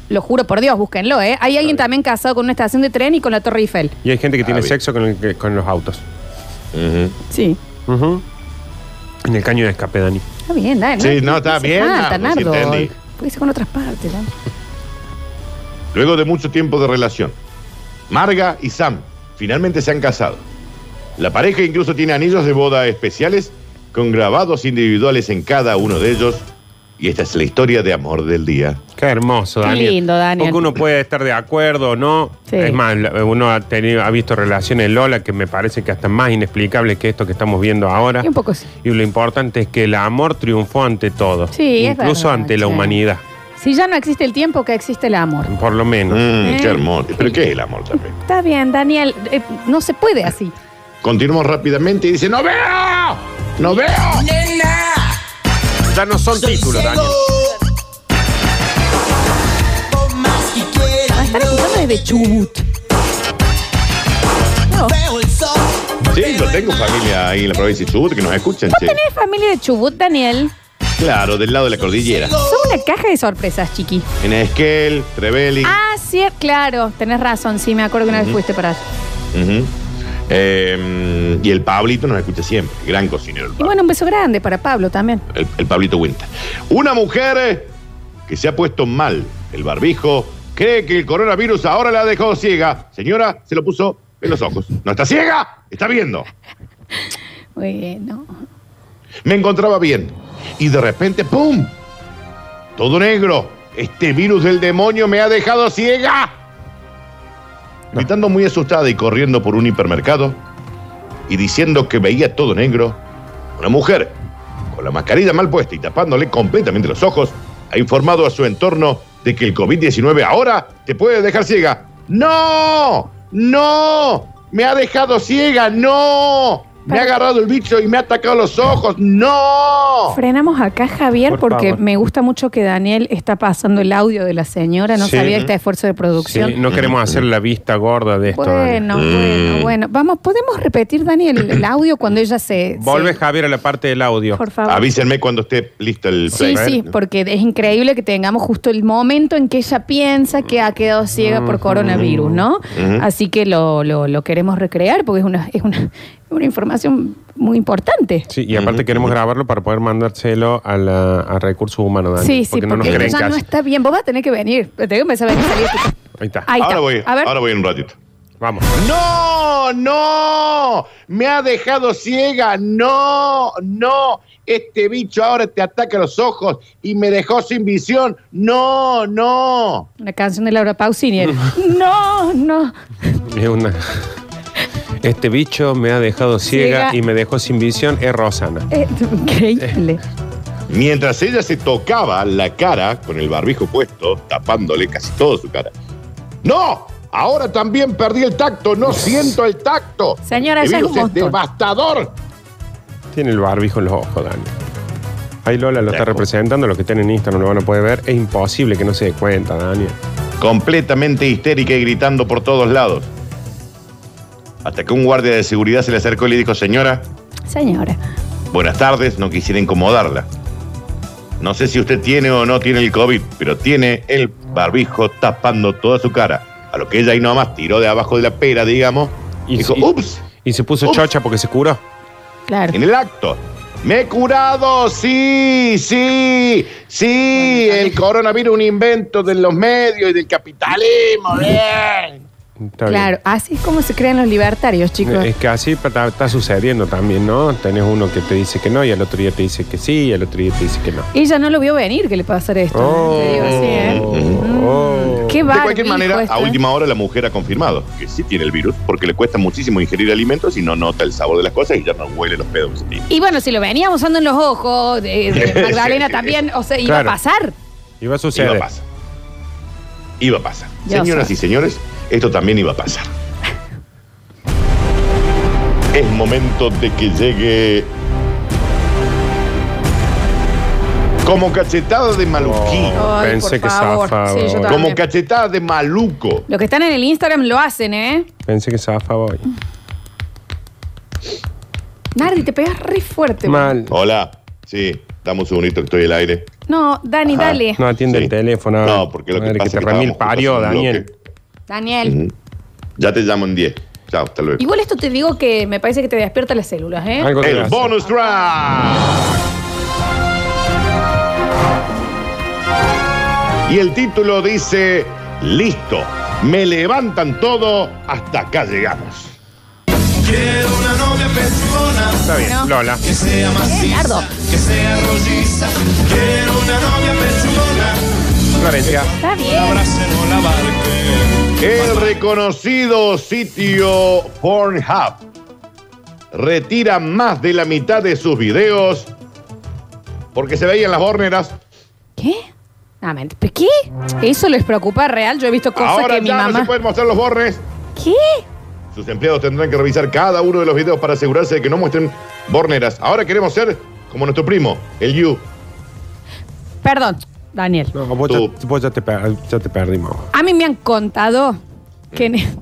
lo juro por Dios, búsquenlo, ¿eh? Hay alguien también casado con una estación de tren y con la Torre Eiffel. Y hay gente que tiene bien. sexo con, el que- con los autos. sí. Ujú. Sí. Ujú. En el caño de escape, Dani. Está bien, Dani. Sí, no, está hace bien, falta, Nardo, sí Nardo. entendí. Puede ser con otras partes, Dani. Luego de mucho tiempo de relación, Marga y Sam finalmente se han casado. La pareja incluso tiene anillos de boda especiales con grabados individuales en cada uno de ellos. Y esta es la historia de amor del día. Qué hermoso, Qué Daniel. lindo, Daniel. Porque uno puede estar de acuerdo o no. Sí. Es más, la- uno ha, tenido, ha visto relaciones Lola que me parece que hasta más inexplicables que esto que estamos viendo Ah. ahora. Y un poco sí. Y lo importante es que el amor triunfó ante todo. Sí, es Incluso verdad, ante la che. humanidad, Si ya no existe el tiempo, que existe el amor. por lo menos. Mm, Eh. Qué hermoso. ¿Pero qué es el amor también? Está bien, Daniel. Eh, no se puede así. Continuamos rápidamente y dice, ¡No veo! ¡No veo! Ya no son títulos, Daniel. Por más que quieras, Nos Ah, están escuchando desde Chubut. No. ¿Vos veo el sol. Sí, yo tengo familia ahí en la provincia de Chubut que nos escuchan, che. tenés familia de Chubut, Daniel? Claro, del lado de la cordillera. Son una caja de sorpresas, chiqui. En Esquel, Trevelin. Ah, sí, claro. Tenés razón. Sí, me acuerdo que una vez fuiste para allá. Ujú. Eh, y el Pablito nos escucha siempre. Gran cocinero el Y Pablo. bueno, un beso grande para Pablo también. el, el Pablito Winter. Una mujer eh, que se ha puesto mal el barbijo cree que el coronavirus ahora la dejó ciega. Señora, se lo puso en los ojos. No está ciega, está viendo. Bueno. Me encontraba bien. Y de repente, ¡pum! Todo negro. Este virus del demonio me ha dejado ciega. Gritando muy asustada y corriendo por un hipermercado y diciendo que veía todo negro, una mujer, con la mascarilla mal puesta y tapándole completamente los ojos, ha informado a su entorno de que el COVID-19 ahora te puede dejar ciega. ¡No! ¡No! ¡Me ha dejado ciega! ¡No! Me ha agarrado el bicho y me ha atacado los ojos. ¡No! Frenamos acá, Javier, Por porque favor. me gusta mucho que Daniel está pasando el audio de la señora. No Sí. sabía este esfuerzo de Sí, producción. no Mm. queremos hacer la vista gorda de esto. Dani. Bueno, bueno, bueno. Vamos, ¿podemos repetir, Daniel, el audio cuando ella se... Volve, se- Javier, a la parte del audio. Por favor. Avísenme cuando esté listo el Sí, playback. sí, porque es increíble que tengamos justo el momento en que ella piensa que ha quedado ciega por coronavirus, ¿no? Así que lo, lo, lo queremos recrear porque es una, es una, una información muy importante. Sí, y aparte queremos grabarlo para poder mandárselo a, la, a Recursos Humanos, Dani. Sí, sí, porque porque, no nos creen ella casi. no está bien. Vos vas a tener que venir. Te tengo que empezar a venir salir. Ahí está. Ahí Ahora está. voy, A ver. ahora voy en un ratito. Vamos. ¡No! ¡No! ¡Me ha dejado ciega! ¡No! ¡No! Este bicho ahora te ataca los ojos y me dejó sin visión. ¡No! ¡No! Una canción de Laura Pausini. era, no, no. Es una- Este bicho me ha dejado ciega, Ciega. y me dejó sin visión. Es Rosana. Eh, increíble. Mientras ella se tocaba la cara con el barbijo puesto, tapándole casi toda su cara. ¡No! Ahora también perdí el tacto, no siento el tacto. Señora, El ya es virus un montón. devastador. Tiene el barbijo en los ojos, Dani. Ahí Lola lo está Dejo. representando. Los que estén en Instagram no lo van a poder ver. Es imposible que no se dé cuenta, Dani. completamente histérica y gritando por todos lados. Hasta que un guardia de seguridad se le acercó y le dijo, señora, Señora. buenas tardes, no quisiera incomodarla. No sé si usted tiene o no tiene el COVID, pero tiene el barbijo tapando toda su cara. A lo que ella ahí nomás tiró de abajo de la pera, digamos, y dijo, y- ups, Y se puso Uf. chocha porque se curó. Claro. en el acto. Me he curado, sí, sí, sí, el coronavirus un invento de los medios y del capitalismo. bien. Está bien. Eh, Claro. Así es como se crean los libertarios, chicos. Es que así pa- ta- está sucediendo también, ¿no? Tenés uno que te dice que no y al otro día te dice que sí y al otro día te dice que no. Ella no lo vio venir que le pasara esto. Te digo así, ¿eh? Mm. Oh. Qué De barbijo cualquier manera, este. a última hora la mujer ha confirmado que sí tiene el virus porque le cuesta muchísimo ingerir alimentos y no nota el sabor de las cosas y ya no huele los pedos. que se tiene. Y bueno, si lo venía usando en los ojos, de, de Magdalena también, o sea, iba Claro. a pasar. Iba a Iba a suceder. pasar. Iba a pasar. Ya Señoras sé. y señores, esto también iba a pasar. Es momento de que llegue. Como cachetada de maluquí. Oh, Ay, Pensé por que favor. zafaba. Sí, yo hoy. también. Como cachetada de maluco. Los que están en el Instagram lo hacen, ¿eh? Pensé que zafaba hoy. Nardi, te pegas re fuerte. Mal. Hola. Sí, dame un segundito que estoy al aire. No, Dani, Ajá. dale. No atiende Sí. el teléfono. No, porque lo que Madre pasa te es que remil estábamos parió, juntos en un Daniel. bloque. Daniel. Ya te llamo en 10. Chao, hasta luego. Igual esto te digo que me parece que te despierta las células, ¿eh? Algo que El hace. bonus track. Y el título dice, listo, me levantan todo, hasta acá llegamos. Quiero una novia Está persona bien, No. Lola. que Eh, sea Nardo. maciza, que sea rolliza. Quiero una novia persona Florencia. Está que bien. abrace no la barque. El reconocido sitio Pornhub retira más de la mitad de sus videos porque se veían las borneras. ¿Qué? Ah, ment- ¿Pero qué? Eso les preocupa real. Yo he visto cosas Ahora que mi ya no se mamá. pueden mostrar los bornes. ¿Qué? Sus empleados tendrán que revisar cada uno de los videos para asegurarse de que no muestren borneras. Ahora queremos ser como nuestro primo, el You. Perdón, Daniel. No, vos, Tú. ya, vos ya te, per- ya te perdimos. A mí me han contado que en, e-,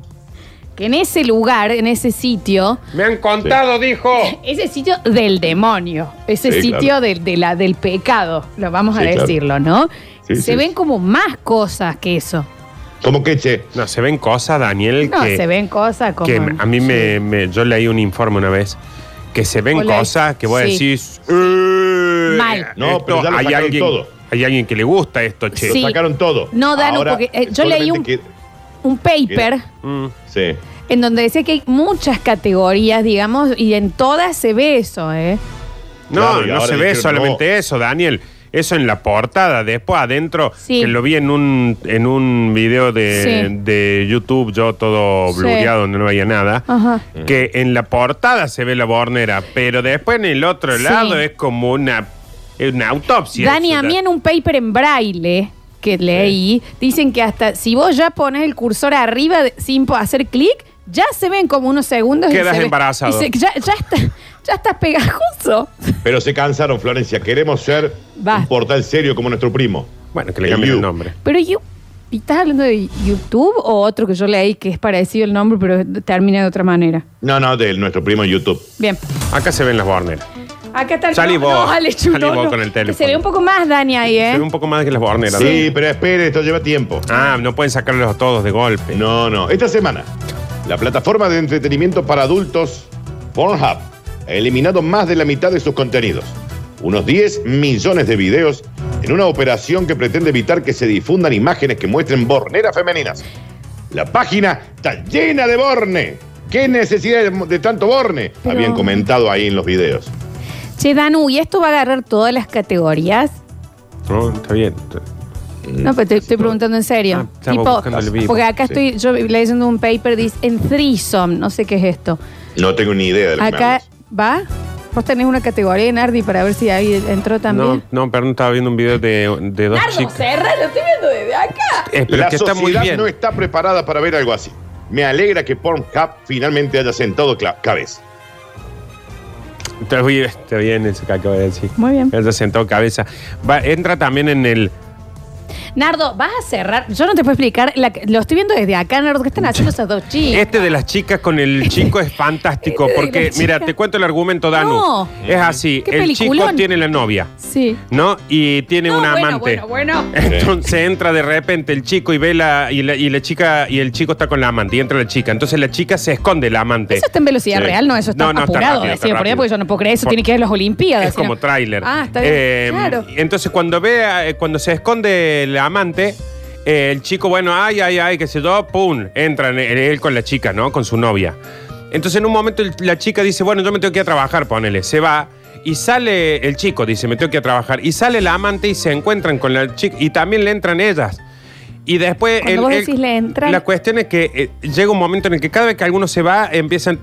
que en ese lugar, en ese sitio, Me han contado, dijo. ese sitio del demonio, ese Sí, sitio claro. de- de la- del pecado, lo vamos Sí, a claro. decirlo, ¿no? Sí, se sí, ven sí. como más cosas que eso. Como que che. No, se ven cosas, Daniel, No, que, se ven cosas como. que a mí me, me- Yo leí un informe una vez que se ven Hola. cosas que vos Sí. decís. "Eh, Mal. No, pero ya lo hay sacaron alguien, todo. hay alguien que le gusta esto, che. Lo Sí. sacaron todo. No, Danu, Ahora, porque, eh, yo solamente leí un- que- Un paper Mm. sí. en donde decía que hay muchas categorías, digamos, y en todas se ve eso, ¿eh? No, Claro, y no ahora se ve dijeron, solamente eso, Daniel. Eso en la portada, después adentro, Sí. que lo vi en un, en un video de, Sí. de YouTube, yo todo Sí. blureado, no veía nada, Ajá. que en la portada se ve la bornera, pero después en el otro Sí. lado es como una, es una autopsia. Dani, Eso, a mí la- en un paper en braille que leí, dicen que hasta si vos ya pones el cursor arriba de- sin po- hacer clic, ya se ven como unos segundos. y Quedas se ve- embarazado. y se- ya, ya, está, ya estás pegajoso. Pero se cansaron, Florencia. Queremos ser Basta. un portal serio como nuestro primo. Bueno, que le El cambien el You. nombre. Pero yo, ¿y ¿estás hablando de YouTube o otro que yo leí que es parecido el nombre, pero termina de otra manera? No, no, de nuestro primo en YouTube. Bien. Acá se ven las borneras. ¿Eh? Acá está el Salí no, vos. no, Ale, Chu, Salí no, vos no. con el teléfono. Que Se ve un poco más, Dani, ahí, Se ¿eh? ve un poco más que las borneras. Sí, pero espere, esto lleva tiempo. Ah, no pueden sacarlos todos de golpe. No, no. Esta semana, la plataforma de entretenimiento para adultos, Pornhub, ha eliminado más de la mitad de sus contenidos. Unos 10 millones de videos en una operación que pretende evitar que se difundan imágenes que muestren borneras femeninas. La página está llena de borne. ¿Qué necesidad de, de tanto borne? Pero- Habían comentado ahí en los videos. Che, Danu, ¿y esto va a agarrar todas las categorías? No, está bien. No, pero te estoy preguntando en serio. Ah, estaba Tipo, buscando el vivo, porque acá sí. estoy yo leyendo un paper, dice en threesome, no sé qué es esto. No tengo ni idea de lo que me Acá, hablas. ¿va? Vos tenés una categoría en Ardi para ver si ahí entró No, también. no, perdón, estaba viendo un video de, de dos chicas. cerra, lo estoy viendo desde acá. Eh, pero La que está muy sociedad bien. no está preparada para ver algo así. Me alegra que Pornhub finalmente haya sentado cla- cabeza. Está bien, está bien eso que acabo de decir. Muy bien. Él se sentó cabeza. Va, entra también en el. Nardo, vas a cerrar. Yo no te puedo explicar. la- lo estoy viendo desde acá, Nardo. ¿Qué están haciendo esas dos chicas? Este de las chicas con el chico es fantástico. Este de Porque, las mira, chicas. te cuento el argumento, Danu. No. Es así. Qué El chico peliculón. tiene la novia, Sí. ¿no? Y tiene No, una bueno, amante. Este. Bueno, bueno. Entonces entra de repente el chico y ve la y, la y la chica y el chico está con la amante y entra la chica. Entonces la chica se esconde la amante. Eso está en velocidad Sí. real, no, eso está No, no, está apurado. rápido, está decime, por ahí, rápido. porque yo no puedo creer, eso Por- tiene que ver las Olimpiadas. Es sino- como tráiler. Ah, está bien. Eh, claro. Entonces cuando vea, eh, cuando se esconde el amante, eh, el chico, bueno, ay, ay, ay, qué sé yo, pum, entra en- en él con la chica, ¿no? Con su novia. Entonces en un momento el- la chica dice, bueno, yo me tengo que ir a trabajar, ponele, se va. Y sale el chico, dice, me tengo que ir a trabajar. Y sale la amante y se encuentran con la chica. Y también le entran ellas. Y después... Cuando vos decís le entran- La cuestión es que eh, llega un momento en el que cada vez que alguno se va, empiezan...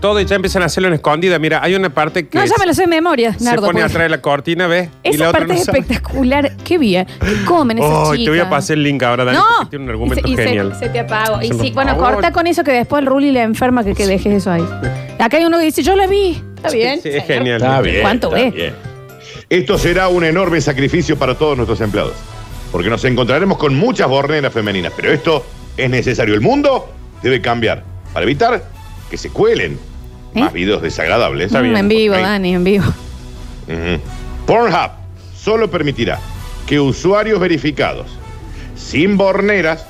Todo y ya empiezan a hacerlo en escondida. Mira, hay una parte que... No, ya es- me lo sé de memoria, se Nardo. pone porque- atrás de la cortina, ¿ves? Esa parte no es sabe. espectacular. Qué bien. ¿Qué comen esas Ay, chicas? te voy a pasar el link ahora, Dani, no. porque tiene un argumento y se, y se- genial. se te apagó. Y Se sí, lo- bueno, favor. corta con eso que después el Ruli le enferma que, que dejes eso ahí. Acá hay uno que dice, yo la vi. Está bien. Sí, señor? es genial. Está bien, ¿Cuánto está es? bien. Esto será un enorme sacrificio para todos nuestros empleados, porque nos encontraremos con muchas borneras femeninas, pero esto es necesario. El mundo debe cambiar para evitar que se cuelen ¿Eh? más videos desagradables. Mm, en vivo, Ok. Dani, en vivo. Ujú. Pornhub solo permitirá que usuarios verificados, sin borneras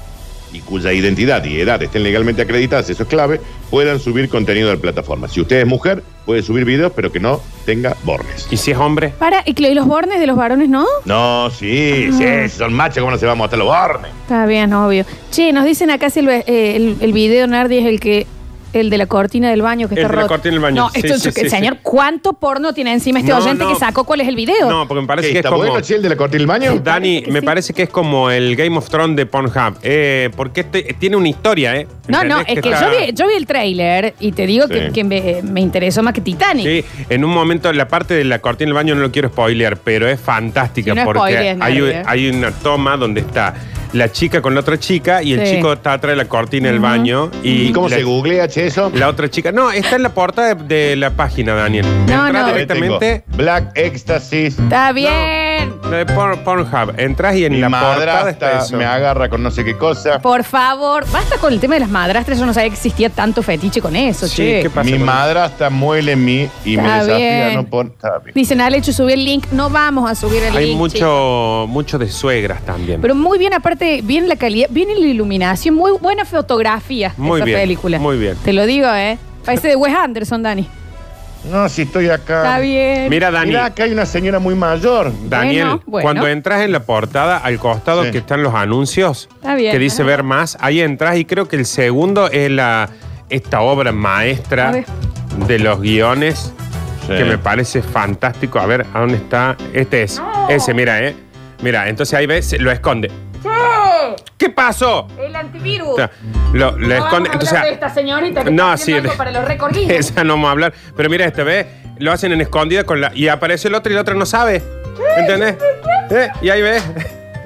y cuya identidad y edad estén legalmente acreditadas, eso es clave, puedan subir contenido a la plataforma. Si usted es mujer, puede subir videos, pero que no tenga bornes. ¿Y si es hombre? Para, ¿y que- y los bornes de los varones no? No, sí, Ah. sí, si son machos, ¿cómo no se va a mostrar los bornes? Está bien, obvio. Che, nos dicen acá si el, eh, el, el video Nardi es el que... El de la cortina del baño que El está de la roto. cortina del baño, No, sí, esto es sí, sí, señor, sí. ¿cuánto porno tiene encima este No, oyente no. que sacó cuál es el video? No, porque me parece ¿Qué, que es ¿Está como. bueno, che, el de la cortina del baño? Dani, Parece que me sí. parece que es como el Game of Thrones de Pornhub. Eh, porque este eh, tiene una historia, ¿eh? No, no, ¿Entendés es que está- yo vi, yo vi el tráiler y te digo que, Sí. que me, me interesó más que Titanic. Sí, en un momento la parte de la cortina del baño no lo quiero spoilear, pero es fantástica Si no porque spoilees, hay, nadie. hay una toma donde está la chica con la otra chica y el Sí. chico está atrás de la cortina del baño. ¿Y, ¿Y cómo la- se googlea, che, eso? La otra chica. No, está en la portada de, de la página, Daniel. No, Entrás no. Ahí tengo. directamente. Black Éxtasis. Está bien. Lo de Porn- Pornhub. Entras y en Mi la portada está madrastra eso. me agarra con no sé qué cosa. Por favor, basta con el tema de las madrastras. Yo no sabía que existía tanto fetiche con eso, Sí, che. qué pasa Mi con- madrastra muele en mí y me Está desafía bien. a no poner. Está bien. Dicen, Alecho, subí el link. No vamos a subir el Hay link. mucho, mucho de suegras también. che. Pero muy bien, aparte, bien la calidad, bien la iluminación, muy buena fotografía Muy esa bien, película. muy bien. Te lo digo, ¿eh? Parece de Wes Anderson, Dani. No, si estoy acá. Está bien. Ah, Mira, Dani. Mirá, acá hay una señora muy mayor. Daniel, Bueno, bueno. cuando entras en la portada, al costado Sí. que están los anuncios, Está bien. que dice Ah. ver más, ahí entras y creo que el segundo es la esta obra A maestra ver. de los guiones Sí. que me parece fantástico. A ver, ¿a dónde está? Este es. Ese, mira, ¿eh? Mira, entonces ahí ves, lo esconde. ¿Qué pasó? El antivirus. O sea, lo, lo esconde. Entonces, de esta señorita que no, está haciendo algo sí, de- para los récords Guinness. esa no vamos a hablar. Pero mira este, ¿ves? Lo hacen en escondida con la. Y aparece el otro y el otro no sabe. ¿Entendés? ¿Eh? Y ahí ves.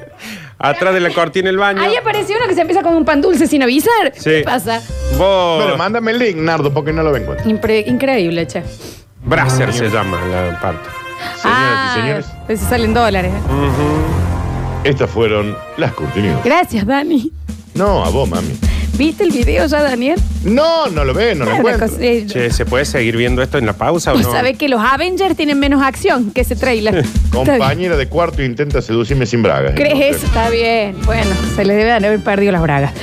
Atrás de la cortina el baño. Ahí apareció uno que se empieza con un pan dulce sin avisar. Sí. ¿Qué pasa? Vos. Pero mándame el link, Nardo, porque no lo encuentro. Impre- increíble, che. Brasser se llama la parte. Ah. Señoras y señores, pues salen dólares. estas fueron las cortinas. Gracias, Dani. No, a vos, mami. ¿Viste el video ya, Daniel? No, no lo ve, no lo Una encuentro. cosa, eh, Che, ¿se puede seguir viendo esto en la pausa o vos no? sabés que los Avengers tienen menos acción que ese trailer. Compañera de cuarto intenta seducirme sin bragas. ¿Crees? Entonces, Está bien. Bueno, se les deben haber perdido las bragas.